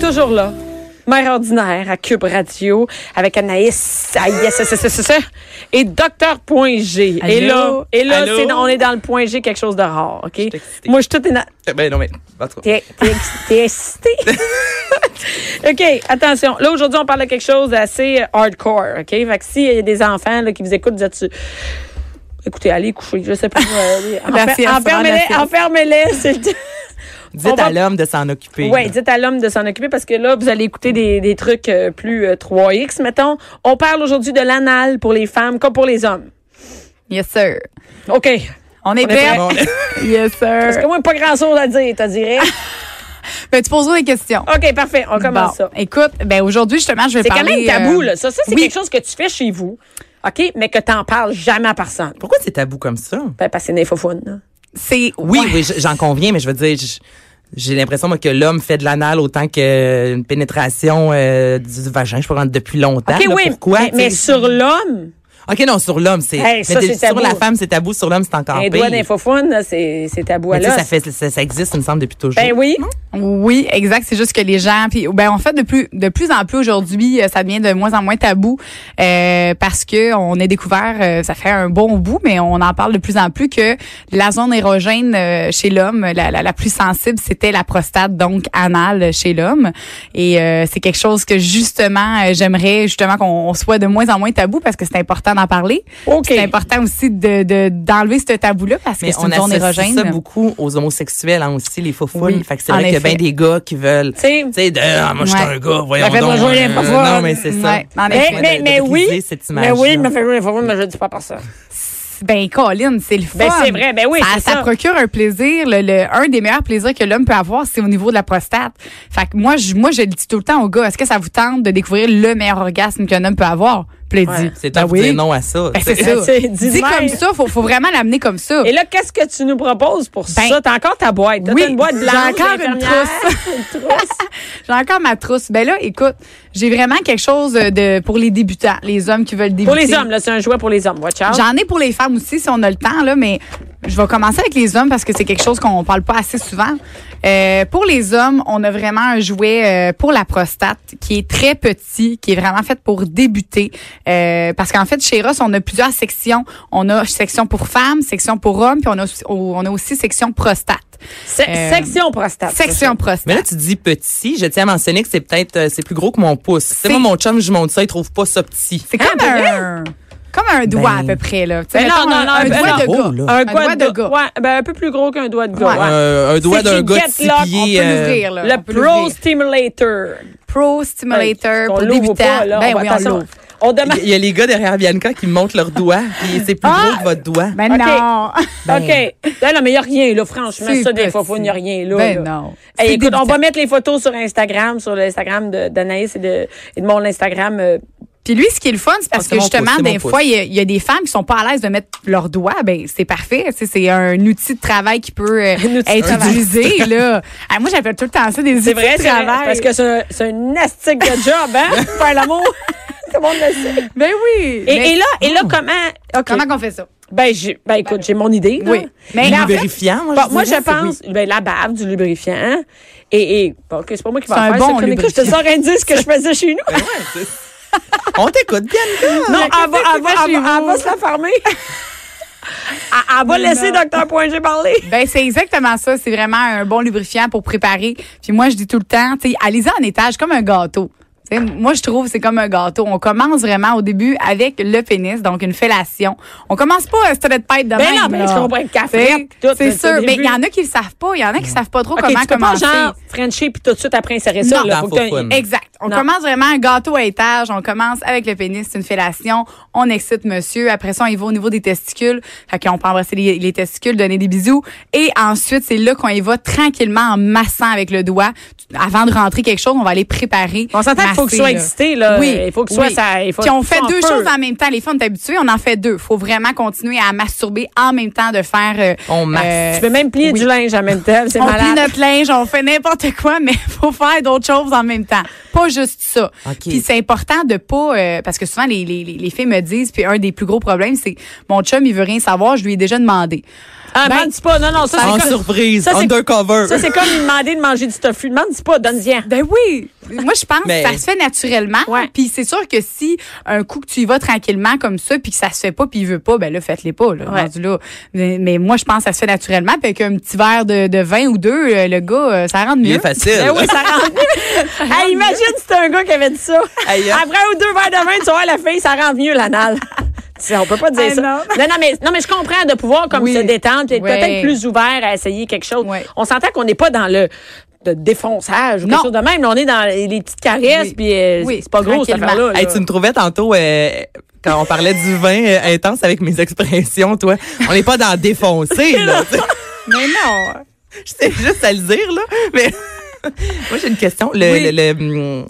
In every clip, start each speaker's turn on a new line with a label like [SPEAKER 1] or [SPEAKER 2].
[SPEAKER 1] Toujours là. Mère ordinaire à Cube Radio avec Anaïs ah, yes, yes, yes, yes, et Docteur Point G.
[SPEAKER 2] Allô?
[SPEAKER 1] Et là, et là
[SPEAKER 2] Allô?
[SPEAKER 1] c'est dans- on est dans le Point G, quelque chose de rare, OK?
[SPEAKER 2] suis excitée.
[SPEAKER 1] Moi, je suis tout éna-
[SPEAKER 2] Eh Ben non, mais. en tout cas.
[SPEAKER 1] T'es t'es ex- t'es excitée? OK, attention. Là, aujourd'hui, on parle de quelque chose d'assez hardcore, OK? Fait que s'il y a des enfants là, qui vous écoutent, vous êtes... sur- Écoutez, allez coucher, je sais pas. euh, allez,
[SPEAKER 3] La
[SPEAKER 1] enfer-
[SPEAKER 3] sieste, rends la
[SPEAKER 1] Enfermez-les,
[SPEAKER 3] sieste.
[SPEAKER 1] enfermez-les, c'est le temps. on
[SPEAKER 3] Dites
[SPEAKER 1] va-
[SPEAKER 3] à l'homme de s'en occuper.
[SPEAKER 1] Oui, dites à l'homme de s'en occuper parce que là, vous allez écouter des, des trucs euh, plus euh, 3X, mettons. On parle aujourd'hui de l'anal pour les femmes comme pour les hommes.
[SPEAKER 3] Yes, sir.
[SPEAKER 1] OK.
[SPEAKER 3] On est
[SPEAKER 1] prêts?
[SPEAKER 3] prêts? yes,
[SPEAKER 1] Parce que
[SPEAKER 3] sir.
[SPEAKER 1] moi, pas grand-chose à dire, t'as dirais.
[SPEAKER 3] Ben, tu poseras des questions.
[SPEAKER 4] Ah!
[SPEAKER 1] OK, parfait, on commence
[SPEAKER 3] Bon,
[SPEAKER 1] ça.
[SPEAKER 3] Écoute, ben aujourd'hui, justement, je vais
[SPEAKER 1] C'est quand
[SPEAKER 3] parler...
[SPEAKER 1] même tabou,
[SPEAKER 3] euh,
[SPEAKER 1] là. Ça, ça c'est
[SPEAKER 3] oui.
[SPEAKER 1] quelque chose que tu fais chez vous, OK, mais que t'en parles jamais à personne.
[SPEAKER 4] Pourquoi c'est tabou comme ça?
[SPEAKER 1] Ben, parce que c'est néfofoune, là.
[SPEAKER 3] C'est...
[SPEAKER 4] Oui,
[SPEAKER 3] ouais.
[SPEAKER 4] oui, j- j'en conviens, mais je veux dire, j- j'ai l'impression moi, que l'homme fait de l'anal autant qu'une pénétration euh, du vagin, je pourrais depuis longtemps.
[SPEAKER 1] OK,
[SPEAKER 4] Ben, là.
[SPEAKER 1] oui,
[SPEAKER 4] Pourquoi?
[SPEAKER 1] mais,
[SPEAKER 4] tu
[SPEAKER 1] mais
[SPEAKER 4] sais?
[SPEAKER 1] sur l'homme,
[SPEAKER 4] OK, non, sur l'homme, c'est.
[SPEAKER 1] Hey,
[SPEAKER 4] mais
[SPEAKER 1] ça,
[SPEAKER 4] de-
[SPEAKER 1] c'est
[SPEAKER 4] sur
[SPEAKER 1] tabou.
[SPEAKER 4] la femme, c'est tabou, sur l'homme, c'est encore
[SPEAKER 1] un
[SPEAKER 4] pire.
[SPEAKER 1] doigt d'infofoune, là, c'est c'est tabou à
[SPEAKER 4] Mais tu sais,
[SPEAKER 1] l'os.
[SPEAKER 4] ça, fait, ça, ça existe, il me semble, depuis toujours.
[SPEAKER 1] Ben oui.
[SPEAKER 3] Oui, exact. C'est juste que les gens, puis ben en fait de plus de plus en plus aujourd'hui, euh, ça devient de moins en moins tabou euh, parce que on a découvert, euh, ça fait un bon bout, mais on en parle de plus en plus que la zone érogène euh, chez l'homme, la, la, la plus sensible, c'était la prostate donc anale chez l'homme. Et euh, c'est quelque chose que justement, euh, j'aimerais justement qu'on on soit de moins en moins tabou parce que c'est important d'en parler.
[SPEAKER 1] OK.
[SPEAKER 3] C'est important aussi de de- d'enlever ce tabou là parce que
[SPEAKER 4] Mais
[SPEAKER 3] c'est
[SPEAKER 4] on
[SPEAKER 3] une zone
[SPEAKER 4] associe
[SPEAKER 3] érogène.
[SPEAKER 4] ça beaucoup aux homosexuels, hein, aussi, les faux
[SPEAKER 3] Oui,
[SPEAKER 4] Fait que c'est
[SPEAKER 3] en
[SPEAKER 4] vrai qu'il y a
[SPEAKER 3] effet.
[SPEAKER 4] bien des gars qui veulent.
[SPEAKER 1] Tu sais,
[SPEAKER 4] Tu sais, de, ah, moi, je suis
[SPEAKER 3] Ouais.
[SPEAKER 4] un gars, voyons
[SPEAKER 1] Ben, fais-moi
[SPEAKER 4] donc. euh,
[SPEAKER 1] jouer les faux
[SPEAKER 4] non, mais c'est ça.
[SPEAKER 3] Ouais, en
[SPEAKER 1] Mais,
[SPEAKER 3] effet.
[SPEAKER 4] de-
[SPEAKER 1] Eh, mais,
[SPEAKER 4] de
[SPEAKER 1] mais oui,
[SPEAKER 4] briser cette
[SPEAKER 1] mais oui,
[SPEAKER 4] image-là.
[SPEAKER 1] me fait jouer l'infofoune, mais je le dis pas par ça.
[SPEAKER 3] Ben, Colin, c'est le fun.
[SPEAKER 1] Ben, c'est vrai, ben oui,
[SPEAKER 3] Ça,
[SPEAKER 1] c'est
[SPEAKER 3] ça
[SPEAKER 1] ça.
[SPEAKER 3] procure un plaisir. Le, le- un des meilleurs plaisirs que l'homme peut avoir, c'est au niveau de la prostate. Fait que moi, je, moi, je le dis tout le temps aux gars, est-ce que ça vous tente de découvrir le meilleur orgasme qu'un homme peut avoir? Puis là, il dit,
[SPEAKER 4] C'est
[SPEAKER 3] ben
[SPEAKER 4] temps de
[SPEAKER 3] oui.
[SPEAKER 4] dire non à ça.
[SPEAKER 3] Ben,
[SPEAKER 4] tu
[SPEAKER 3] c'est
[SPEAKER 4] sais.
[SPEAKER 3] ça.
[SPEAKER 1] C'est- dis
[SPEAKER 3] Dit
[SPEAKER 1] même.
[SPEAKER 3] comme ça, faut, faut vraiment l'amener comme ça.
[SPEAKER 1] Et là, qu'est-ce que tu nous proposes pour
[SPEAKER 3] Ben,
[SPEAKER 1] ça? T'as encore ta boîte. T'as
[SPEAKER 3] oui,
[SPEAKER 1] une boîte blanche.
[SPEAKER 3] j'ai encore une
[SPEAKER 1] infirmière, une trousse.
[SPEAKER 3] J'ai encore ma trousse. Ben là, écoute, j'ai vraiment quelque chose de pour les débutants, les hommes qui veulent débuter.
[SPEAKER 1] pour les hommes, là, c'est un jouet pour les hommes. Watch out.
[SPEAKER 3] J'en ai pour les femmes aussi, si on a le temps, là, mais je vais commencer avec les hommes parce que c'est quelque chose qu'on parle pas assez souvent. Euh, pour les hommes, on a vraiment un jouet euh, pour la prostate qui est très petit, qui est vraiment fait pour débuter. Euh, parce qu'en fait, chez Ross, on a plusieurs sections. On a section pour femmes, section pour hommes, puis on a, aussi- on a aussi section prostate.
[SPEAKER 1] Se-
[SPEAKER 3] euh,
[SPEAKER 1] section prostate.
[SPEAKER 3] Section
[SPEAKER 4] Mais là,
[SPEAKER 3] prostate.
[SPEAKER 4] tu dis petit. Je tiens à mentionner que c'est peut-être euh, c'est plus gros que mon pouce. Tu sais, moi, mon chum, je monte ça, il trouve pas ça petit.
[SPEAKER 3] C'est comme un... Comme un doigt
[SPEAKER 4] Ben-
[SPEAKER 3] à peu près là. Tu sais,
[SPEAKER 1] Ah, Ben non,
[SPEAKER 3] mettons,
[SPEAKER 1] non,
[SPEAKER 3] un-
[SPEAKER 1] non,
[SPEAKER 3] un
[SPEAKER 1] ben
[SPEAKER 3] doigt
[SPEAKER 1] non.
[SPEAKER 3] de gars.
[SPEAKER 4] Oh, là.
[SPEAKER 1] Un, doigt de,
[SPEAKER 3] gars.
[SPEAKER 1] Ouais, ben, un peu plus gros qu'un doigt de gars.
[SPEAKER 3] Ouais.
[SPEAKER 4] Euh, un doigt
[SPEAKER 1] C'est
[SPEAKER 4] d'un
[SPEAKER 1] qui
[SPEAKER 4] gars de
[SPEAKER 1] get
[SPEAKER 4] six
[SPEAKER 1] lock,
[SPEAKER 3] On peut
[SPEAKER 4] pieds, euh,
[SPEAKER 3] l'ouvrir là.
[SPEAKER 1] Le
[SPEAKER 3] on peut l'ouvrir.
[SPEAKER 1] Pro Stimulator.
[SPEAKER 3] Pro
[SPEAKER 1] Hey,
[SPEAKER 3] Stimulator
[SPEAKER 1] qu'on
[SPEAKER 3] pour
[SPEAKER 1] l'ouvre
[SPEAKER 3] débutants.
[SPEAKER 1] ou pas, là,
[SPEAKER 3] ben
[SPEAKER 1] on va-
[SPEAKER 3] oui, on
[SPEAKER 1] attention,
[SPEAKER 3] l'ouvre.
[SPEAKER 1] On demande.
[SPEAKER 4] Il y a les gars derrière Bianca qui montent leurs doigts. puis C'est plus gros que votre doigt.
[SPEAKER 3] Ben
[SPEAKER 1] OK.
[SPEAKER 3] non.
[SPEAKER 1] OK. Là, non, mais il n'y a rien, là. Franchement,
[SPEAKER 3] C'est
[SPEAKER 1] ça, des
[SPEAKER 3] Ben. petit.
[SPEAKER 1] fois, il n'y a rien, là.
[SPEAKER 3] Ben
[SPEAKER 1] là.
[SPEAKER 3] non.
[SPEAKER 1] Hey,
[SPEAKER 3] C'est
[SPEAKER 1] écoute, on va
[SPEAKER 3] débutant.
[SPEAKER 1] mettre les photos sur Instagram, sur l'Instagram de- d'Anaïs et de, et de mon Instagram. euh,
[SPEAKER 3] Puis lui, ce qui est le fun, c'est parce
[SPEAKER 4] Ah, c'est
[SPEAKER 3] que
[SPEAKER 4] mon pouce,
[SPEAKER 3] justement,
[SPEAKER 4] c'est
[SPEAKER 3] des
[SPEAKER 4] mon
[SPEAKER 3] fois, il y, a- il y a des femmes qui sont pas à l'aise de mettre leurs doigts. Ben, c'est parfait. Tu sais, C'est un outil de travail qui peut euh,
[SPEAKER 1] outil de
[SPEAKER 3] être
[SPEAKER 1] travail.
[SPEAKER 3] utilisé. là. Ah, moi, j'appelle tout le temps ça des outils
[SPEAKER 1] C'est vrai,
[SPEAKER 3] de
[SPEAKER 1] c'est vrai,
[SPEAKER 3] travail.
[SPEAKER 1] Parce que c'est un- c'est un astique de job, hein? Faire l'amour. Tout le monde le sait.
[SPEAKER 3] Ben oui.
[SPEAKER 1] Et,
[SPEAKER 3] Mais oh. Ah,
[SPEAKER 1] et là, et là, comment. OK.
[SPEAKER 3] Comment qu'on fait ça?
[SPEAKER 1] Ben, j'ai- ben, écoute, j'ai mon idée. là.
[SPEAKER 3] Oui. Mais
[SPEAKER 1] Mais en fait,
[SPEAKER 4] Lubrifiant, moi,
[SPEAKER 1] bon,
[SPEAKER 4] je
[SPEAKER 1] moi,
[SPEAKER 4] dirais,
[SPEAKER 1] je
[SPEAKER 4] c'est
[SPEAKER 1] pense, ben, la bave, du lubrifiant. hein. Et, et bon, OK, c'est pas moi qui vais
[SPEAKER 3] C'est
[SPEAKER 1] en
[SPEAKER 3] un
[SPEAKER 1] faire
[SPEAKER 3] bon
[SPEAKER 1] cette chronique-là. Je te sors un indice que je faisais chez nous.
[SPEAKER 4] oui. Ouais, c'est- On t'écoute, Bianca.
[SPEAKER 1] Non, elle va,
[SPEAKER 3] qu'est-ce que
[SPEAKER 1] elle va-
[SPEAKER 3] tu fais
[SPEAKER 1] elle
[SPEAKER 3] chez
[SPEAKER 1] va- elle
[SPEAKER 3] vous?
[SPEAKER 1] va se la fermer. elle, elle va
[SPEAKER 3] Non.
[SPEAKER 1] laisser Dr. Point G parler.
[SPEAKER 3] Ben c'est exactement ça, c'est vraiment un bon lubrifiant pour préparer. Puis moi je dis tout le temps, tu sais, allez-y en étage comme un gâteau. Tu sais, moi, je trouve que c'est comme un gâteau. On commence vraiment au début avec le pénis, donc une fellation. On commence pas à se de pipe de
[SPEAKER 1] Ben
[SPEAKER 3] même.
[SPEAKER 1] non, ben,
[SPEAKER 3] là.
[SPEAKER 1] je comprends, avec café,
[SPEAKER 3] Tu sais,
[SPEAKER 1] puis tout,
[SPEAKER 3] C'est
[SPEAKER 1] mais c'est au
[SPEAKER 3] sûr, mais
[SPEAKER 1] début.
[SPEAKER 3] il y en a qui le savent pas. Il y en a qui savent pas trop
[SPEAKER 1] OK,
[SPEAKER 3] comment
[SPEAKER 1] tu peux pas,
[SPEAKER 3] commencer.
[SPEAKER 1] genre, Frenchie puis tout de suite après insérer ça.
[SPEAKER 3] Non.
[SPEAKER 1] là,
[SPEAKER 4] Dans
[SPEAKER 1] faut que t'aies-
[SPEAKER 4] Faux Fun.
[SPEAKER 3] Exact. On
[SPEAKER 1] Non.
[SPEAKER 3] commence vraiment un gâteau à étage. On commence avec le pénis, c'est une fellation. On excite monsieur. Après ça, on y va au niveau des testicules. Fait qu'on peut embrasser les, les testicules, donner des bisous. Et ensuite, c'est là qu'on y va tranquillement en massant avec le doigt. Avant de rentrer quelque chose, on va aller préparer.
[SPEAKER 1] On s'entend qu'il faut que ce
[SPEAKER 3] masser,
[SPEAKER 1] soit
[SPEAKER 3] là.
[SPEAKER 1] excité, là.
[SPEAKER 3] Oui.
[SPEAKER 1] Il faut que ce soit
[SPEAKER 3] oui.
[SPEAKER 1] ça. Il faut
[SPEAKER 3] Puis on
[SPEAKER 1] que ce
[SPEAKER 3] fait
[SPEAKER 1] soit
[SPEAKER 3] deux
[SPEAKER 1] en feu.
[SPEAKER 3] choses en même temps. Les femmes, on est habitué, on en fait deux. Faut vraiment continuer à masturber en même temps de faire. euh,
[SPEAKER 4] On masse.
[SPEAKER 1] Tu peux même plier
[SPEAKER 3] oui.
[SPEAKER 1] du linge en même temps. C'est
[SPEAKER 3] on plie
[SPEAKER 1] malade.
[SPEAKER 3] notre linge, on fait n'importe quoi, mais faut faire d'autres choses en même temps. Pas juste ça.
[SPEAKER 4] OK.
[SPEAKER 3] Puis c'est important de pas euh, parce que souvent les, les, les- les filles me disent puis un des plus gros problèmes c'est mon chum il veut rien savoir, je lui ai déjà demandé.
[SPEAKER 1] Ah,
[SPEAKER 3] Ben,
[SPEAKER 1] demande-tu pas. Non, non, ça,
[SPEAKER 4] En
[SPEAKER 1] c'est comme...
[SPEAKER 4] surprise,
[SPEAKER 1] ça, c'est-
[SPEAKER 4] undercover.
[SPEAKER 1] Ça, c'est comme lui demander de manger du tofu. Demande-tu pas, donne-y-en.
[SPEAKER 3] Ben oui, moi je pense
[SPEAKER 4] Mais-
[SPEAKER 3] que ça se fait naturellement.
[SPEAKER 1] Ouais.
[SPEAKER 3] Puis c'est sûr que si un coup que tu y vas tranquillement comme ça puis que ça se fait pas puis il veut pas, ben là faites-les pas là,
[SPEAKER 1] Ouais.
[SPEAKER 3] rendu là. Mais, mais moi je pense que ça se fait naturellement puis avec un petit verre de, de vin ou deux euh, le gars euh, ça rend
[SPEAKER 4] Bien
[SPEAKER 3] mieux.
[SPEAKER 4] facile.
[SPEAKER 1] Ben oui, ça rentre mieux. Hey, imagine si c'était un gars qui avait dit ça.
[SPEAKER 4] Aïe, hein.
[SPEAKER 1] Après un ou deux verres de vin, tu vois, la fille, ça rend mieux l'anal. Tu sais, On peut pas dire
[SPEAKER 3] Ah,
[SPEAKER 1] ça.
[SPEAKER 3] non.
[SPEAKER 1] non, mais, non, mais je comprends de pouvoir comme
[SPEAKER 3] Oui.
[SPEAKER 1] se détendre, puis être
[SPEAKER 3] Ouais.
[SPEAKER 1] peut-être plus ouvert à essayer quelque chose.
[SPEAKER 3] Ouais.
[SPEAKER 1] On s'entend qu'on n'est pas dans le de défonçage ou
[SPEAKER 3] Non.
[SPEAKER 1] quelque chose de même. mais On est dans les petites caresses,
[SPEAKER 3] Oui.
[SPEAKER 1] puis euh,
[SPEAKER 3] Oui,
[SPEAKER 1] c'est pas gros cette
[SPEAKER 3] tranquillement.
[SPEAKER 1] affaire-là. là.
[SPEAKER 4] Hey, tu me trouvais tantôt euh, quand on parlait du vin euh, intense avec mes expressions, toi. On n'est pas dans défoncer, là. tu sais.
[SPEAKER 3] Mais non.
[SPEAKER 4] Je sais juste à le dire, là. Mais moi, j'ai une question. Le,
[SPEAKER 3] Oui.
[SPEAKER 4] le, le-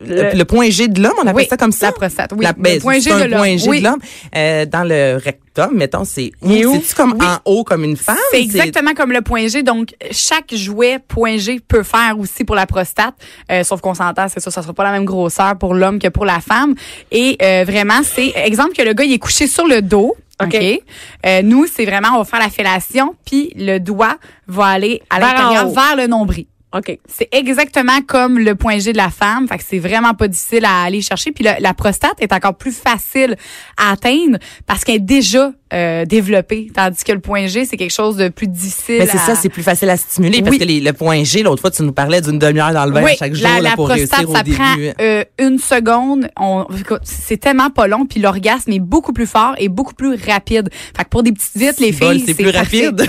[SPEAKER 4] le- le point G de l'homme, on appelle
[SPEAKER 3] Oui,
[SPEAKER 4] ça comme ça?
[SPEAKER 3] la prostate, oui.
[SPEAKER 4] La-
[SPEAKER 3] Le
[SPEAKER 4] ben,
[SPEAKER 3] point G
[SPEAKER 4] c'est un
[SPEAKER 3] de l'homme,
[SPEAKER 4] point G
[SPEAKER 3] oui.
[SPEAKER 4] de l'homme. Euh, dans le rectum, mettons, c'est où?
[SPEAKER 1] Il est où?
[SPEAKER 4] C'est-tu comme
[SPEAKER 3] Oui.
[SPEAKER 4] en haut, comme une femme?
[SPEAKER 3] C'est exactement comme le point G. Donc, chaque jouet point G peut faire aussi pour la prostate. Euh, sauf qu'on s'entend, c'est ça, ça sera pas la même grosseur pour l'homme que pour la femme. Et euh, vraiment, c'est exemple que le gars, il est couché sur le dos. OK.
[SPEAKER 1] OK.
[SPEAKER 3] Euh, nous, c'est vraiment, on va faire la fellation, puis le doigt va aller à
[SPEAKER 1] Vers en
[SPEAKER 3] l'intérieur,
[SPEAKER 1] haut.
[SPEAKER 3] vers le nombril.
[SPEAKER 1] OK.
[SPEAKER 3] C'est exactement comme le point G de la femme. Fait que c'est vraiment pas difficile à aller chercher. Puis la, la prostate est encore plus facile à atteindre parce qu'elle est déjà euh, développée. Tandis que le point G, c'est quelque chose de plus difficile.
[SPEAKER 4] Mais ben, c'est ça,
[SPEAKER 3] à-
[SPEAKER 4] c'est plus facile à stimuler parce
[SPEAKER 3] Oui.
[SPEAKER 4] que les- le point G, l'autre fois, tu nous parlais d'une demi-heure dans le bain
[SPEAKER 3] oui,
[SPEAKER 4] chaque jour
[SPEAKER 3] la,
[SPEAKER 4] là,
[SPEAKER 3] la
[SPEAKER 4] pour
[SPEAKER 3] prostate,
[SPEAKER 4] réussir au
[SPEAKER 3] ça
[SPEAKER 4] début. hein.
[SPEAKER 3] prend euh, une seconde. On, écoute, c'est tellement pas long, puis l'orgasme est beaucoup plus fort et beaucoup plus rapide. Fait que pour des petites vites, les
[SPEAKER 4] Bol,
[SPEAKER 3] filles,
[SPEAKER 4] c'est plus
[SPEAKER 3] parfait.
[SPEAKER 4] rapide.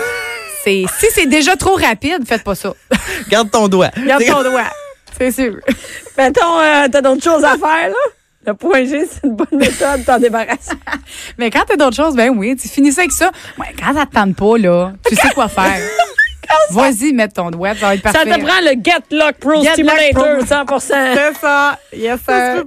[SPEAKER 3] C'est- si c'est déjà trop rapide, faites pas ça.
[SPEAKER 4] Garde ton doigt.
[SPEAKER 3] Garde ton doigt, c'est sûr.
[SPEAKER 1] Mettons, euh, t'as d'autres choses à faire, là? Le point G, c'est une bonne méthode, t'en débarrasser.
[SPEAKER 3] Mais quand t'as d'autres choses, ben oui, tu finis ça avec ça. Ouais, quand ça te tente pas, là, tu sais quoi faire. Vas-y, mets ton doigt, ça va être
[SPEAKER 1] Ça
[SPEAKER 3] parfait.
[SPEAKER 1] te prend le Get Lock Pro
[SPEAKER 3] Get Lock
[SPEAKER 1] Stimulator, 100
[SPEAKER 3] Pro. C'est ça. Yes, sir.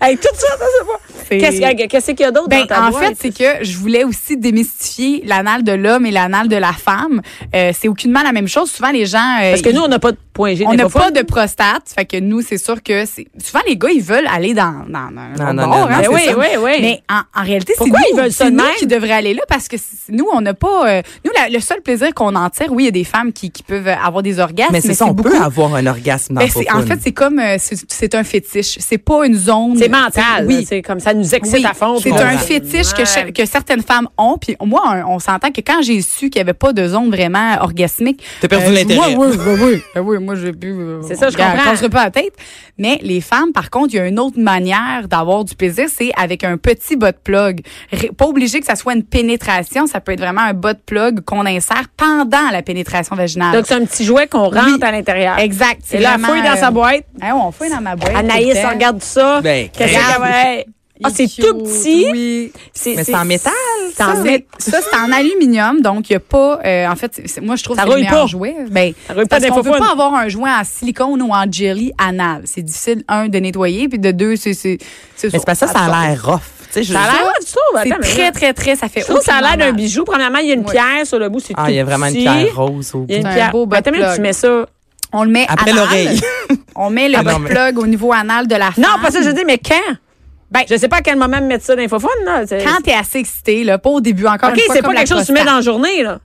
[SPEAKER 1] Hey, tout ça, ça, c'est pas.
[SPEAKER 3] C'est-
[SPEAKER 1] Qu'est-ce qu'il y a- qu'est-ce qu'il y a d'autre
[SPEAKER 3] Ben,
[SPEAKER 1] dans ta
[SPEAKER 3] en
[SPEAKER 1] boîte?
[SPEAKER 3] fait, c'est que je voulais aussi démystifier l'anal de l'homme et l'anal de la femme. Euh, c'est aucunement la même chose. Souvent, les gens... euh,
[SPEAKER 1] Parce que
[SPEAKER 3] ils-
[SPEAKER 1] nous, on n'a pas de point G.
[SPEAKER 3] on
[SPEAKER 1] des
[SPEAKER 3] n'a
[SPEAKER 1] fois.
[SPEAKER 3] pas de prostate, fait que nous, c'est sûr que... c'est Souvent, les gars, ils veulent aller dans, dans, un
[SPEAKER 4] Non,
[SPEAKER 3] autre
[SPEAKER 4] non,
[SPEAKER 3] bord,
[SPEAKER 4] non,
[SPEAKER 3] hein,
[SPEAKER 4] non,
[SPEAKER 3] c'est
[SPEAKER 1] Ben oui,
[SPEAKER 3] ça.
[SPEAKER 1] oui, oui.
[SPEAKER 3] Mais en, en réalité, c'est nous,
[SPEAKER 1] Pourquoi ils veulent ça
[SPEAKER 3] c'est
[SPEAKER 1] de
[SPEAKER 3] nous
[SPEAKER 1] même?
[SPEAKER 3] qui devraient aller là parce que c'est- nous, on n'a pas. euh, nous, la- le seul plaisir qu'on en tire, oui, il y a des femmes qui, qui peuvent avoir des orgasmes,
[SPEAKER 4] Mais
[SPEAKER 3] mais
[SPEAKER 4] c'est ça, on
[SPEAKER 3] beaucoup.
[SPEAKER 4] peut avoir un orgasme dans
[SPEAKER 3] Ben,
[SPEAKER 4] le
[SPEAKER 3] c'est- en
[SPEAKER 4] cocoon.
[SPEAKER 3] fait, c'est comme euh, c'est c'est un fétiche. C'est pas une zone.
[SPEAKER 1] C'est mental.
[SPEAKER 3] Oui.
[SPEAKER 1] Oui. C'est comme ça nous excite
[SPEAKER 3] Oui,
[SPEAKER 1] à fond.
[SPEAKER 3] c'est
[SPEAKER 1] puis on-
[SPEAKER 3] un fétiche que,
[SPEAKER 1] Ouais.
[SPEAKER 3] cha- que certaines femmes ont. Puis moi, un- on s'entend que quand j'ai su qu'il n'y avait pas de zone vraiment orgasmique, euh,
[SPEAKER 4] T'as perdu l'intérêt.
[SPEAKER 3] Moi, oui, oui, oui, Ben oui, moi j'ai pu. euh,
[SPEAKER 1] C'est ça, je
[SPEAKER 3] regarde,
[SPEAKER 1] comprends.
[SPEAKER 3] on se pas la tête. Mais les femmes, par contre, il y a une autre manière d'avoir du plaisir, c'est avec un petit bas de plug. Ré- Pas obligé que ça soit une pénétration, ça peut être vraiment un bas de plug qu'on insère pendant la pénétration vaginale.
[SPEAKER 1] Donc, c'est un petit jouet qu'on rentre
[SPEAKER 3] Oui.
[SPEAKER 1] à l'intérieur.
[SPEAKER 3] exact.
[SPEAKER 1] C'est la
[SPEAKER 3] vraiment,
[SPEAKER 1] fouille dans sa
[SPEAKER 3] euh,
[SPEAKER 1] boîte.
[SPEAKER 3] hein, on fouille dans ma boîte.
[SPEAKER 1] Anaïs,
[SPEAKER 3] tout le temps.
[SPEAKER 1] regarde ça.
[SPEAKER 4] Ben,
[SPEAKER 1] Qu'est-ce qu'il y a?
[SPEAKER 4] regarde.
[SPEAKER 1] Ouais. Ah,
[SPEAKER 3] Il
[SPEAKER 1] c'est
[SPEAKER 3] est
[SPEAKER 1] tout
[SPEAKER 3] cute,
[SPEAKER 1] petit.
[SPEAKER 3] Oui.
[SPEAKER 4] Mais c'est en métal,
[SPEAKER 1] C'est en
[SPEAKER 3] Ça,
[SPEAKER 1] métal.
[SPEAKER 3] c'est- ça, c'est en aluminium, donc il n'y a pas. euh, en fait, c'est- c'est- moi, je trouve
[SPEAKER 1] Ça
[SPEAKER 3] que c'est le
[SPEAKER 1] rouille
[SPEAKER 3] meilleur
[SPEAKER 1] pas.
[SPEAKER 3] jouet. Ben,
[SPEAKER 1] Ça rouille pas
[SPEAKER 3] parce
[SPEAKER 1] des
[SPEAKER 3] qu'on
[SPEAKER 1] faux
[SPEAKER 3] peut
[SPEAKER 1] fun.
[SPEAKER 3] pas avoir un joint en silicone ou en jelly anal. C'est difficile, un, de nettoyer, puis de deux, c'est. c'est-
[SPEAKER 4] Mais c'est pas ça, ça a l'air rough. Tu sais, je-
[SPEAKER 1] Ça a l'air, tu trouves?
[SPEAKER 3] C'est
[SPEAKER 1] Attends, mais
[SPEAKER 3] très,
[SPEAKER 1] là,
[SPEAKER 3] très, très. Ça fait.
[SPEAKER 1] Je trouve que ça a l'air
[SPEAKER 3] aucunement
[SPEAKER 1] d'un
[SPEAKER 3] mal.
[SPEAKER 1] bijou. Premièrement, il y a une
[SPEAKER 3] Oui.
[SPEAKER 1] pierre sur le bout. C'est tout
[SPEAKER 4] Ah, il y a vraiment une
[SPEAKER 1] petit.
[SPEAKER 4] pierre rose au
[SPEAKER 1] Il y a
[SPEAKER 4] bout.
[SPEAKER 1] une
[SPEAKER 3] un
[SPEAKER 1] pierre.
[SPEAKER 3] beau bas de
[SPEAKER 1] Attends, mais
[SPEAKER 3] plug.
[SPEAKER 1] tu mets ça.
[SPEAKER 3] On le met
[SPEAKER 4] Après
[SPEAKER 3] anal.
[SPEAKER 4] l'oreille.
[SPEAKER 3] On met le
[SPEAKER 4] Ah,
[SPEAKER 3] butt
[SPEAKER 4] non, mais-
[SPEAKER 3] plug au niveau anal de la femme.
[SPEAKER 1] Non, pas ça, je dis, mais quand?
[SPEAKER 3] Ben-
[SPEAKER 1] je sais pas à quel moment mettre ça dans l'infophone, là. C'est-
[SPEAKER 3] Quand t'es assez excité, là, pas au début encore.
[SPEAKER 1] OK,
[SPEAKER 3] une fois,
[SPEAKER 1] c'est
[SPEAKER 3] comme
[SPEAKER 1] pas
[SPEAKER 3] la
[SPEAKER 1] quelque chose que tu mets dans
[SPEAKER 3] prostate.
[SPEAKER 1] la journée, là.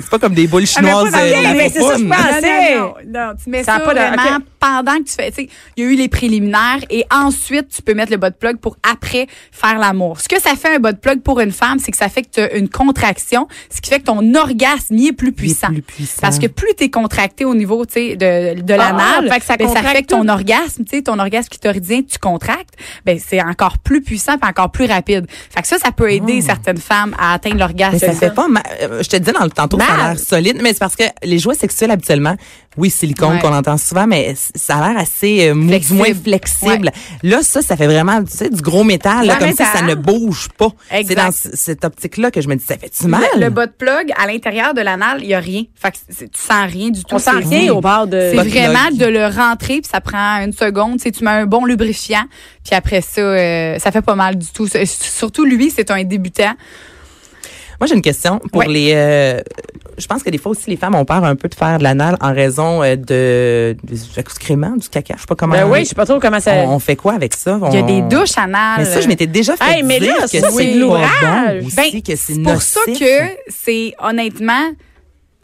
[SPEAKER 4] C'est pas comme des boules
[SPEAKER 3] mais pas
[SPEAKER 4] chinoises.
[SPEAKER 3] dans-
[SPEAKER 4] euh,
[SPEAKER 3] Ok,
[SPEAKER 4] la
[SPEAKER 3] mais
[SPEAKER 1] c'est ça, je
[SPEAKER 4] faufoune.
[SPEAKER 1] pense.
[SPEAKER 3] Non,
[SPEAKER 1] Assez.
[SPEAKER 3] non, non, non, tu mets
[SPEAKER 1] Ça a
[SPEAKER 3] ça,
[SPEAKER 1] pas de-
[SPEAKER 3] vraiment
[SPEAKER 1] ok.
[SPEAKER 3] pendant que tu fais. tu sais, Il y a eu les préliminaires et ensuite, tu peux mettre le bas de plug pour après faire l'amour. Ce que ça fait un bas de plug pour une femme, c'est que ça fait que tu as une contraction, ce qui fait que ton orgasme y est plus puissant.
[SPEAKER 4] plus puissant.
[SPEAKER 3] Parce que plus tu es contracté au niveau tu sais, de, de l'anal,
[SPEAKER 1] Ah, fait que ça
[SPEAKER 3] ben, ça
[SPEAKER 1] contracte
[SPEAKER 3] fait que ton
[SPEAKER 1] tout.
[SPEAKER 3] orgasme, tu sais, ton orgasme clitoridien, tu contractes, ben, c'est encore plus puissant et encore plus rapide. Fait que ça, ça peut aider
[SPEAKER 1] Ah.
[SPEAKER 3] certaines femmes à atteindre l'orgasme.
[SPEAKER 4] Mais ça fait pas mal. Euh, Je te disais dans le tantôt, ça a
[SPEAKER 3] Mal.
[SPEAKER 4] l'air solide, mais c'est parce que les jouets sexuels habituellement oui, silicone
[SPEAKER 3] Ouais.
[SPEAKER 4] qu'on entend souvent, mais c- ça a l'air assez euh, mou, du
[SPEAKER 3] Flexible.
[SPEAKER 4] moins flexible. Là, ça, ça fait vraiment tu sais, du gros métal, là,
[SPEAKER 3] Ouais,
[SPEAKER 4] comme
[SPEAKER 3] mais
[SPEAKER 4] si
[SPEAKER 3] ça-
[SPEAKER 4] ça ne bouge pas. C'est
[SPEAKER 3] Exact.
[SPEAKER 4] dans c- cette optique-là que je me dis, ça fait-tu mal?
[SPEAKER 3] Le, le bas de plug, à l'intérieur de l'anal, il n'y a rien. Fait que c'est- tu sens rien du tout.
[SPEAKER 1] On sent
[SPEAKER 3] C'est-
[SPEAKER 1] rien au bord de.
[SPEAKER 3] C'est
[SPEAKER 4] Pas de
[SPEAKER 3] vraiment
[SPEAKER 4] plug.
[SPEAKER 3] de le rentrer, puis ça prend une seconde. Tu sais, tu mets un bon lubrifiant, puis après ça, euh, ça fait pas mal du tout. S- Surtout lui, c'est un débutant.
[SPEAKER 4] Moi, j'ai une question pour
[SPEAKER 3] Ouais.
[SPEAKER 4] les. euh, je pense que des fois aussi, les femmes ont peur un peu de faire de l'anal en raison euh, de, des excréments, du caca. Je sais pas comment.
[SPEAKER 1] Ben oui, je sais pas trop comment ça.
[SPEAKER 4] on, on fait quoi avec ça?
[SPEAKER 3] euh, Il y a
[SPEAKER 4] On-
[SPEAKER 3] des douches anales.
[SPEAKER 4] Oh. Mais ça, je m'étais déjà fait
[SPEAKER 1] Ah, Hey, mais
[SPEAKER 4] dire
[SPEAKER 1] là,
[SPEAKER 4] que
[SPEAKER 1] ça,
[SPEAKER 4] c'est
[SPEAKER 1] c'est
[SPEAKER 4] pas
[SPEAKER 1] de l'ouvrage.
[SPEAKER 4] bon aussi,
[SPEAKER 3] Ben,
[SPEAKER 4] que c'est
[SPEAKER 3] C'est pour ça
[SPEAKER 4] nocif.
[SPEAKER 3] que c'est honnêtement,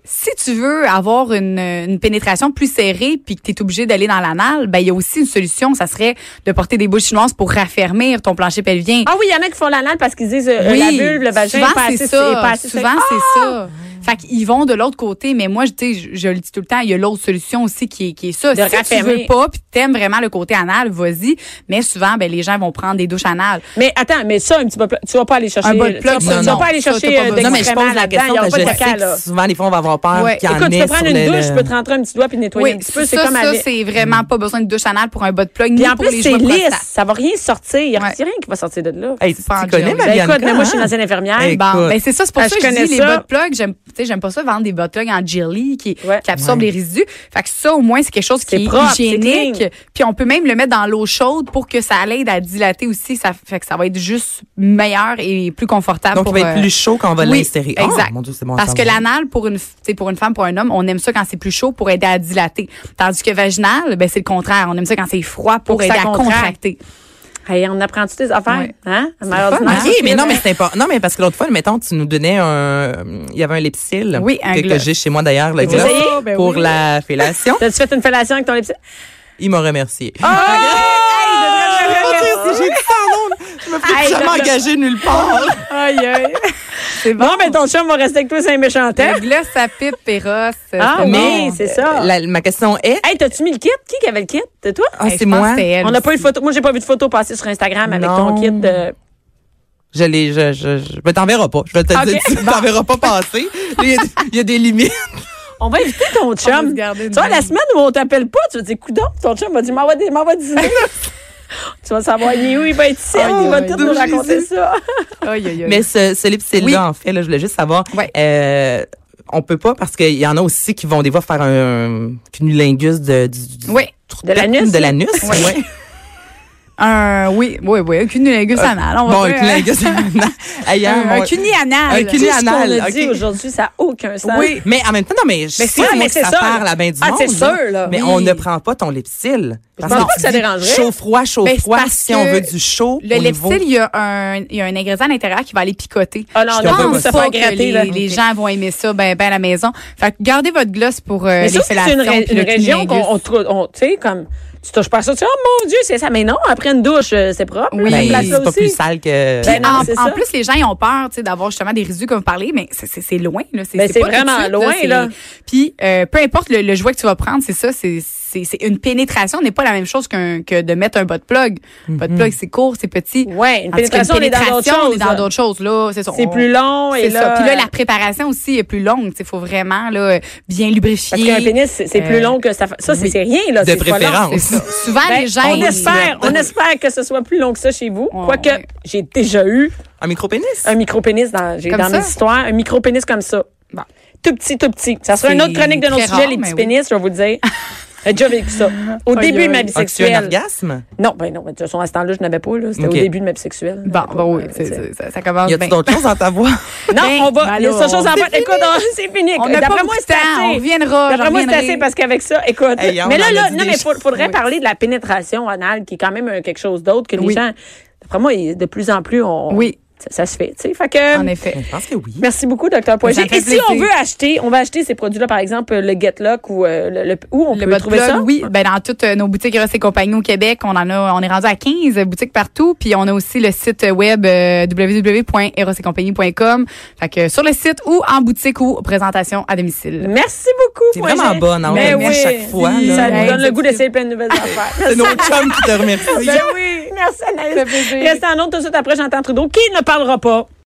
[SPEAKER 3] si tu veux avoir une, une pénétration plus serrée puis que tu es obligé d'aller dans l'anal, ben il y a aussi une solution, ça serait de porter des bouches chinoises pour raffermir ton plancher pelvien.
[SPEAKER 1] Ah oui, il y en a qui font l'anal parce qu'ils disent euh, la vulve, le vagin,
[SPEAKER 3] souvent
[SPEAKER 1] est pas assez,
[SPEAKER 3] c'est
[SPEAKER 1] est pas
[SPEAKER 3] ça.
[SPEAKER 1] assez
[SPEAKER 3] Souvent
[SPEAKER 1] sec.
[SPEAKER 3] c'est ça. Fait qu'ils vont de l'autre côté, mais moi je dis, je, je le dis tout le temps, il y a l'autre solution aussi qui est, qui est ça.
[SPEAKER 1] De
[SPEAKER 3] si
[SPEAKER 1] raffermir.
[SPEAKER 3] tu veux pas, puis t'aimes vraiment le côté anal, vas-y. Mais souvent, ben les gens vont prendre des douches anales.
[SPEAKER 1] Mais attends, mais ça, un petit peu, pla- tu vas pas aller chercher.
[SPEAKER 3] Un bol de
[SPEAKER 1] tu vas,
[SPEAKER 3] plug,
[SPEAKER 1] pas-
[SPEAKER 4] non,
[SPEAKER 1] tu vas
[SPEAKER 4] non,
[SPEAKER 1] pas aller
[SPEAKER 3] ça,
[SPEAKER 1] chercher
[SPEAKER 3] t'as pas
[SPEAKER 1] euh,
[SPEAKER 4] Non,
[SPEAKER 3] besoin.
[SPEAKER 4] mais je pose
[SPEAKER 1] d'excréments
[SPEAKER 4] la question
[SPEAKER 1] là-dedans, il y a pas
[SPEAKER 4] parce que
[SPEAKER 1] de
[SPEAKER 4] je
[SPEAKER 1] caca,
[SPEAKER 4] sais
[SPEAKER 1] là.
[SPEAKER 4] que souvent, les fois, on va avoir peur
[SPEAKER 3] Ouais.
[SPEAKER 4] qu'il y en
[SPEAKER 1] Écoute, tu
[SPEAKER 4] ait
[SPEAKER 1] peux prendre
[SPEAKER 4] sur
[SPEAKER 1] une
[SPEAKER 4] le-
[SPEAKER 1] douche,
[SPEAKER 4] le-
[SPEAKER 1] tu peux te rentrer un petit doigt puis nettoyer
[SPEAKER 3] Oui,
[SPEAKER 1] un petit peu. C'est
[SPEAKER 3] ça,
[SPEAKER 1] comme
[SPEAKER 3] ça,
[SPEAKER 1] avec.
[SPEAKER 3] c'est vraiment pas besoin de douche anale pour un bas de plug, ni
[SPEAKER 1] Puis en
[SPEAKER 3] pour
[SPEAKER 1] plus,
[SPEAKER 3] les
[SPEAKER 1] c'est
[SPEAKER 3] joints de
[SPEAKER 1] lisse.
[SPEAKER 3] prostate.
[SPEAKER 1] Ça va rien sortir. Il n'y a
[SPEAKER 3] Ouais.
[SPEAKER 1] rien qui va sortir de là.
[SPEAKER 4] Hey, tu
[SPEAKER 3] pas en
[SPEAKER 4] tu connais
[SPEAKER 3] gel.
[SPEAKER 4] ma
[SPEAKER 3] Ben,
[SPEAKER 1] Ben, écoute, mais moi, je suis ancienne infirmière.
[SPEAKER 4] Hey,
[SPEAKER 3] Bon,
[SPEAKER 4] Écoute.
[SPEAKER 3] ben c'est ça, c'est pour
[SPEAKER 1] Ah,
[SPEAKER 3] ça
[SPEAKER 1] je
[SPEAKER 3] que je
[SPEAKER 1] connais
[SPEAKER 3] dis les
[SPEAKER 1] ça.
[SPEAKER 3] bas de plug, j'aime tu sais, j'aime pas ça vendre des bas de plug en jelly qui,
[SPEAKER 1] Ouais.
[SPEAKER 3] qui absorbe
[SPEAKER 4] Ouais.
[SPEAKER 3] les résidus. Fait que ça au moins c'est quelque chose qui
[SPEAKER 1] C'est
[SPEAKER 3] est,
[SPEAKER 1] propre, c'est
[SPEAKER 3] hygiénique,
[SPEAKER 1] clean.
[SPEAKER 3] puis on peut même le mettre dans l'eau chaude pour que ça l'aide à dilater aussi, ça fait que ça va être juste meilleur et plus confortable
[SPEAKER 4] Donc,
[SPEAKER 3] pour
[SPEAKER 4] il va être
[SPEAKER 3] euh,
[SPEAKER 4] plus chaud quand on va
[SPEAKER 3] oui,
[SPEAKER 4] l'insérer. Ah,
[SPEAKER 3] Exact.
[SPEAKER 4] mon Dieu, c'est bon à
[SPEAKER 3] Parce que
[SPEAKER 4] savoir.
[SPEAKER 3] l'anal, pour une, f- t'sais, pour une femme, pour un homme, on aime ça quand c'est plus chaud pour aider à dilater. Tandis que vaginal, ben, c'est le contraire. On aime ça quand c'est froid
[SPEAKER 1] Pour
[SPEAKER 3] pour,
[SPEAKER 1] que
[SPEAKER 3] aider
[SPEAKER 1] ça
[SPEAKER 3] à
[SPEAKER 1] contracte.
[SPEAKER 3] contracter.
[SPEAKER 1] Hey, on apprend toutes les affaires.
[SPEAKER 3] Ouais.
[SPEAKER 1] Hein?
[SPEAKER 4] Ok,
[SPEAKER 1] Malheureusement.
[SPEAKER 4] mais non, mais c'est important. Non, mais parce que l'autre fois, mettons, tu nous donnais un. Il y avait un lipsil.
[SPEAKER 3] Oui, un
[SPEAKER 4] que, que
[SPEAKER 3] gloss.
[SPEAKER 4] j'ai chez moi d'ailleurs, le
[SPEAKER 1] Vous
[SPEAKER 4] gloss,
[SPEAKER 1] essayez?
[SPEAKER 3] Ben
[SPEAKER 4] pour
[SPEAKER 3] oui.
[SPEAKER 4] la fellation.
[SPEAKER 1] T'as-tu fait une fellation avec ton lipstick?
[SPEAKER 4] Il m'a remercié.
[SPEAKER 1] Oh! Hey,
[SPEAKER 4] Ah!
[SPEAKER 1] je devrais me remercier.
[SPEAKER 4] j'ai dit ça en ondes. Je me
[SPEAKER 1] Hey,
[SPEAKER 4] fais
[SPEAKER 1] le-
[SPEAKER 4] jamais
[SPEAKER 1] le-
[SPEAKER 4] engager nulle part.
[SPEAKER 1] Aïe, aïe. C'est bon. mais ton chum va rester avec toi, c'est un méchant
[SPEAKER 4] hein?
[SPEAKER 1] temps.
[SPEAKER 3] Le gloss à pipe, Péros.
[SPEAKER 1] Ah, mais c'est ça.
[SPEAKER 4] euh, La- ma question est.
[SPEAKER 1] Hey, t'as-tu mis le kit? Qui qui avait le kit? C'est toi?
[SPEAKER 4] Ah,
[SPEAKER 3] Hey,
[SPEAKER 4] c'est
[SPEAKER 3] je pense
[SPEAKER 4] moi.
[SPEAKER 3] que c'est elle.
[SPEAKER 1] On n'a pas eu de photo. Moi, j'ai pas vu de photo passer sur Instagram avec
[SPEAKER 4] Non.
[SPEAKER 1] ton kit. De...
[SPEAKER 4] Je l'ai. Je, je, je, ben, t'en verras pas. Je vais te
[SPEAKER 1] Ok.
[SPEAKER 4] dire, tu t'en verras pas passer. Il y, a- il y a des limites.
[SPEAKER 1] On va éviter ton
[SPEAKER 3] va se
[SPEAKER 1] chum.
[SPEAKER 3] garder
[SPEAKER 1] Tu
[SPEAKER 3] une
[SPEAKER 1] vois,
[SPEAKER 3] main.
[SPEAKER 1] la semaine où on t'appelle pas, tu vas dire, coudon, ton chum va dire, m'envoie des- m'envoie dîner. tu vas savoir, il est où, il va être ici, il va
[SPEAKER 3] oui,
[SPEAKER 1] tout
[SPEAKER 4] de
[SPEAKER 1] nous raconter
[SPEAKER 4] Jésus.
[SPEAKER 1] ça.
[SPEAKER 4] Mais ce, ce lipsil-là,
[SPEAKER 3] Oui.
[SPEAKER 4] en fait, là, je voulais juste savoir.
[SPEAKER 3] Ouais.
[SPEAKER 4] Euh, on peut pas parce qu'il y en a aussi qui vont des fois faire un cumulingus de du, du-
[SPEAKER 3] Oui.
[SPEAKER 4] trou
[SPEAKER 1] De l'anus?
[SPEAKER 4] De l'anus.
[SPEAKER 3] Oui.
[SPEAKER 4] ouais.
[SPEAKER 3] Un, oui, oui, oui, un cunnilingus anal. On va
[SPEAKER 4] Bon, un
[SPEAKER 1] hein.
[SPEAKER 3] dire,
[SPEAKER 4] cumulingus. Aïe,
[SPEAKER 3] hein.
[SPEAKER 4] mon-
[SPEAKER 3] Un, un cunni anal.
[SPEAKER 4] Un cunni-
[SPEAKER 1] Tout ce qu'on
[SPEAKER 4] anal,
[SPEAKER 1] a dit
[SPEAKER 4] ok.
[SPEAKER 1] aujourd'hui, ça n'a aucun sens.
[SPEAKER 3] Oui.
[SPEAKER 4] Mais en même temps, non, mais je
[SPEAKER 1] Mais
[SPEAKER 4] sais
[SPEAKER 1] c'est-
[SPEAKER 4] moi,
[SPEAKER 1] mais
[SPEAKER 4] que
[SPEAKER 1] c'est
[SPEAKER 4] ça
[SPEAKER 1] ça.
[SPEAKER 4] parle à bien du
[SPEAKER 1] Ah,
[SPEAKER 4] monde.
[SPEAKER 1] c'est sûr, là.
[SPEAKER 4] Mais
[SPEAKER 1] Oui.
[SPEAKER 4] on ne prend pas ton lipsil. Parce
[SPEAKER 1] pense
[SPEAKER 4] que
[SPEAKER 1] pas
[SPEAKER 4] tu
[SPEAKER 1] que ça
[SPEAKER 4] dis
[SPEAKER 1] dérangerait.
[SPEAKER 4] Chaud froid, chaud
[SPEAKER 3] Ben, c'est
[SPEAKER 4] froid.
[SPEAKER 3] parce
[SPEAKER 4] Si on
[SPEAKER 3] que
[SPEAKER 4] veut du chaud,
[SPEAKER 3] Le
[SPEAKER 4] au niveau-
[SPEAKER 3] lipsil, il y, a un, il y a un ingrédient à l'intérieur qui va aller picoter.
[SPEAKER 1] Ah non,
[SPEAKER 4] Je
[SPEAKER 3] Je
[SPEAKER 4] non,
[SPEAKER 1] on
[SPEAKER 4] peut
[SPEAKER 1] peut
[SPEAKER 3] pense
[SPEAKER 1] se
[SPEAKER 3] pas
[SPEAKER 1] faire
[SPEAKER 3] que
[SPEAKER 1] gratter,
[SPEAKER 3] les,
[SPEAKER 1] là.
[SPEAKER 3] les gens vont aimer ça ben, ben à la maison. Fait que gardez votre gloss pour euh,
[SPEAKER 1] Mais
[SPEAKER 3] les
[SPEAKER 1] ça, c'est une,
[SPEAKER 3] fellations
[SPEAKER 1] ré-
[SPEAKER 3] puis
[SPEAKER 1] une
[SPEAKER 3] le
[SPEAKER 1] région qu'on
[SPEAKER 3] cunnilingus.
[SPEAKER 1] on trou- on- tu sais, comme, tu touches pas à ça, tu dis, oh mon Dieu, c'est ça. Mais non, après une douche, euh, c'est propre.
[SPEAKER 3] Oui.
[SPEAKER 1] là,
[SPEAKER 4] Ben,
[SPEAKER 1] on place
[SPEAKER 4] c'est
[SPEAKER 1] ça
[SPEAKER 4] pas
[SPEAKER 1] aussi.
[SPEAKER 4] plus sale que.
[SPEAKER 1] Ben, non,
[SPEAKER 3] en,
[SPEAKER 1] c'est
[SPEAKER 3] en
[SPEAKER 1] ça.
[SPEAKER 3] plus, les gens ils ont peur tu sais, d'avoir justement des résidus comme vous parlez, mais c'est- c'est c'est loin. là.
[SPEAKER 1] Ben, c'est
[SPEAKER 3] pas tout de
[SPEAKER 1] vraiment
[SPEAKER 3] suite,
[SPEAKER 1] loin,
[SPEAKER 3] c'est-
[SPEAKER 1] là.
[SPEAKER 3] Puis, euh, peu importe le, le jouet que tu vas prendre, c'est ça, c'est c'est- c'est une pénétration n'est pas la même chose qu'un que de mettre un bas de plug. Un bas de plug, c'est court, c'est petit.
[SPEAKER 1] Mm-hmm. Ouais, une
[SPEAKER 3] Tandis qu'une
[SPEAKER 1] pénétration, on est dans d'autres
[SPEAKER 3] pénétration, on est
[SPEAKER 1] choses,
[SPEAKER 3] dans
[SPEAKER 1] là.
[SPEAKER 3] d'autres choses. là. C'est ça,
[SPEAKER 1] C'est
[SPEAKER 3] on-
[SPEAKER 1] plus long et
[SPEAKER 3] C'est ça.
[SPEAKER 1] là. euh,
[SPEAKER 3] Puis là, la préparation aussi est plus longue. Il faut vraiment là, bien lubrifier.
[SPEAKER 1] Parce qu'un pénis, c'est c'est
[SPEAKER 3] Euh,
[SPEAKER 1] plus long que ça. fa- Ça, c'est c'est rien, là.
[SPEAKER 4] De
[SPEAKER 1] c'est pas long.
[SPEAKER 4] préférence.
[SPEAKER 3] C'est ça. Souvent,
[SPEAKER 1] Ben,
[SPEAKER 3] les gens.
[SPEAKER 1] on
[SPEAKER 3] ils-
[SPEAKER 1] espère, on espère que ce soit plus long que ça chez vous.
[SPEAKER 3] Ouais,
[SPEAKER 1] Quoique,
[SPEAKER 3] ouais.
[SPEAKER 1] j'ai déjà eu
[SPEAKER 4] Un micro-pénis.
[SPEAKER 1] un micro-pénis dans, j'ai-
[SPEAKER 3] Comme
[SPEAKER 1] dans
[SPEAKER 3] ça?
[SPEAKER 1] mes histoires, un micro-pénis comme ça.
[SPEAKER 3] Bon.
[SPEAKER 1] Tout petit, tout petit. Ça sera une
[SPEAKER 3] C'est
[SPEAKER 1] autre chronique de notre
[SPEAKER 3] très
[SPEAKER 1] sujet,
[SPEAKER 3] rare,
[SPEAKER 1] les
[SPEAKER 3] mais
[SPEAKER 1] petits
[SPEAKER 3] oui.
[SPEAKER 1] pénis, je vais vous le dire. J'ai déjà vécu ça. Au
[SPEAKER 3] Aïe,
[SPEAKER 1] début de ma
[SPEAKER 3] aïe.
[SPEAKER 1] vie
[SPEAKER 4] As-tu un
[SPEAKER 1] sexuelle.
[SPEAKER 4] orgasme?
[SPEAKER 1] Non, ben non, mais de toute façon, à ce temps-là, je n'avais pas, là. C'était
[SPEAKER 4] Ok.
[SPEAKER 1] au début de ma vie sexuelle.
[SPEAKER 3] Bon,
[SPEAKER 1] J'avais
[SPEAKER 3] ben oui,
[SPEAKER 1] pas,
[SPEAKER 3] c'est-
[SPEAKER 1] euh,
[SPEAKER 3] c'est- ça, ça commence
[SPEAKER 4] Y a-tu
[SPEAKER 3] bien.
[SPEAKER 4] d'autres choses dans ta voix?
[SPEAKER 1] Non,
[SPEAKER 3] Ben,
[SPEAKER 1] on va.
[SPEAKER 3] ben
[SPEAKER 1] Il y a
[SPEAKER 3] là,
[SPEAKER 1] ça, chose à
[SPEAKER 3] on-
[SPEAKER 1] voir. Écoute, on- c'est fini.
[SPEAKER 3] On n'a pas
[SPEAKER 1] D'après moi,
[SPEAKER 3] beaucoup de
[SPEAKER 1] c'est
[SPEAKER 3] temps.
[SPEAKER 1] assez.
[SPEAKER 3] On reviendra,
[SPEAKER 1] D'après
[SPEAKER 3] j'en
[SPEAKER 1] moi, c'est
[SPEAKER 3] reviendrai.
[SPEAKER 1] assez parce qu'avec ça, écoute.
[SPEAKER 4] Hey, on
[SPEAKER 1] mais
[SPEAKER 4] en
[SPEAKER 1] là,
[SPEAKER 4] a
[SPEAKER 1] là,
[SPEAKER 4] dit
[SPEAKER 1] non,
[SPEAKER 4] des
[SPEAKER 1] mais faut-
[SPEAKER 4] choses.
[SPEAKER 1] faudrait
[SPEAKER 4] Oui.
[SPEAKER 1] parler de la pénétration anale, qui est quand même euh, quelque chose d'autre que les
[SPEAKER 3] Oui.
[SPEAKER 1] gens. D'après moi, ils- de plus en plus, on.
[SPEAKER 3] Oui.
[SPEAKER 1] Ça, ça se fait, tu sais. Fait que.
[SPEAKER 3] En effet.
[SPEAKER 4] Je pense que oui.
[SPEAKER 1] Merci beaucoup, Dr. Poirier.
[SPEAKER 3] Ça me fait
[SPEAKER 1] Et si
[SPEAKER 3] plaisir.
[SPEAKER 1] on veut acheter, on va acheter ces produits-là, par exemple, le GetLock ou euh, le, le- où on
[SPEAKER 3] Le
[SPEAKER 1] peut
[SPEAKER 3] bas de
[SPEAKER 1] trouver
[SPEAKER 3] plug,
[SPEAKER 1] ça?
[SPEAKER 3] oui, ben dans toutes euh, nos boutiques Eros et compagnie au Québec, on en a, on est rendu à 15 boutiques partout, puis on a aussi le site web euh, www.erosetcompagnie.com. Fait que sur le site ou en boutique ou présentation à domicile.
[SPEAKER 1] Merci beaucoup.
[SPEAKER 4] T'es
[SPEAKER 1] Poirier.
[SPEAKER 4] vraiment bonne, hein, on
[SPEAKER 1] Mais
[SPEAKER 4] le dit à
[SPEAKER 1] oui.
[SPEAKER 4] chaque fois, là.
[SPEAKER 1] Ça nous
[SPEAKER 3] Hey,
[SPEAKER 1] donne le
[SPEAKER 3] c'est-
[SPEAKER 1] goût d'essayer plein de nouvelles affaires.
[SPEAKER 4] C'est nos chums qui te remercient.
[SPEAKER 1] Ben oui. Merci, Anaïs.
[SPEAKER 3] plaisir.
[SPEAKER 1] Restez en ondes tout de suite après, j'entends Trudeau qui ne parlera pas.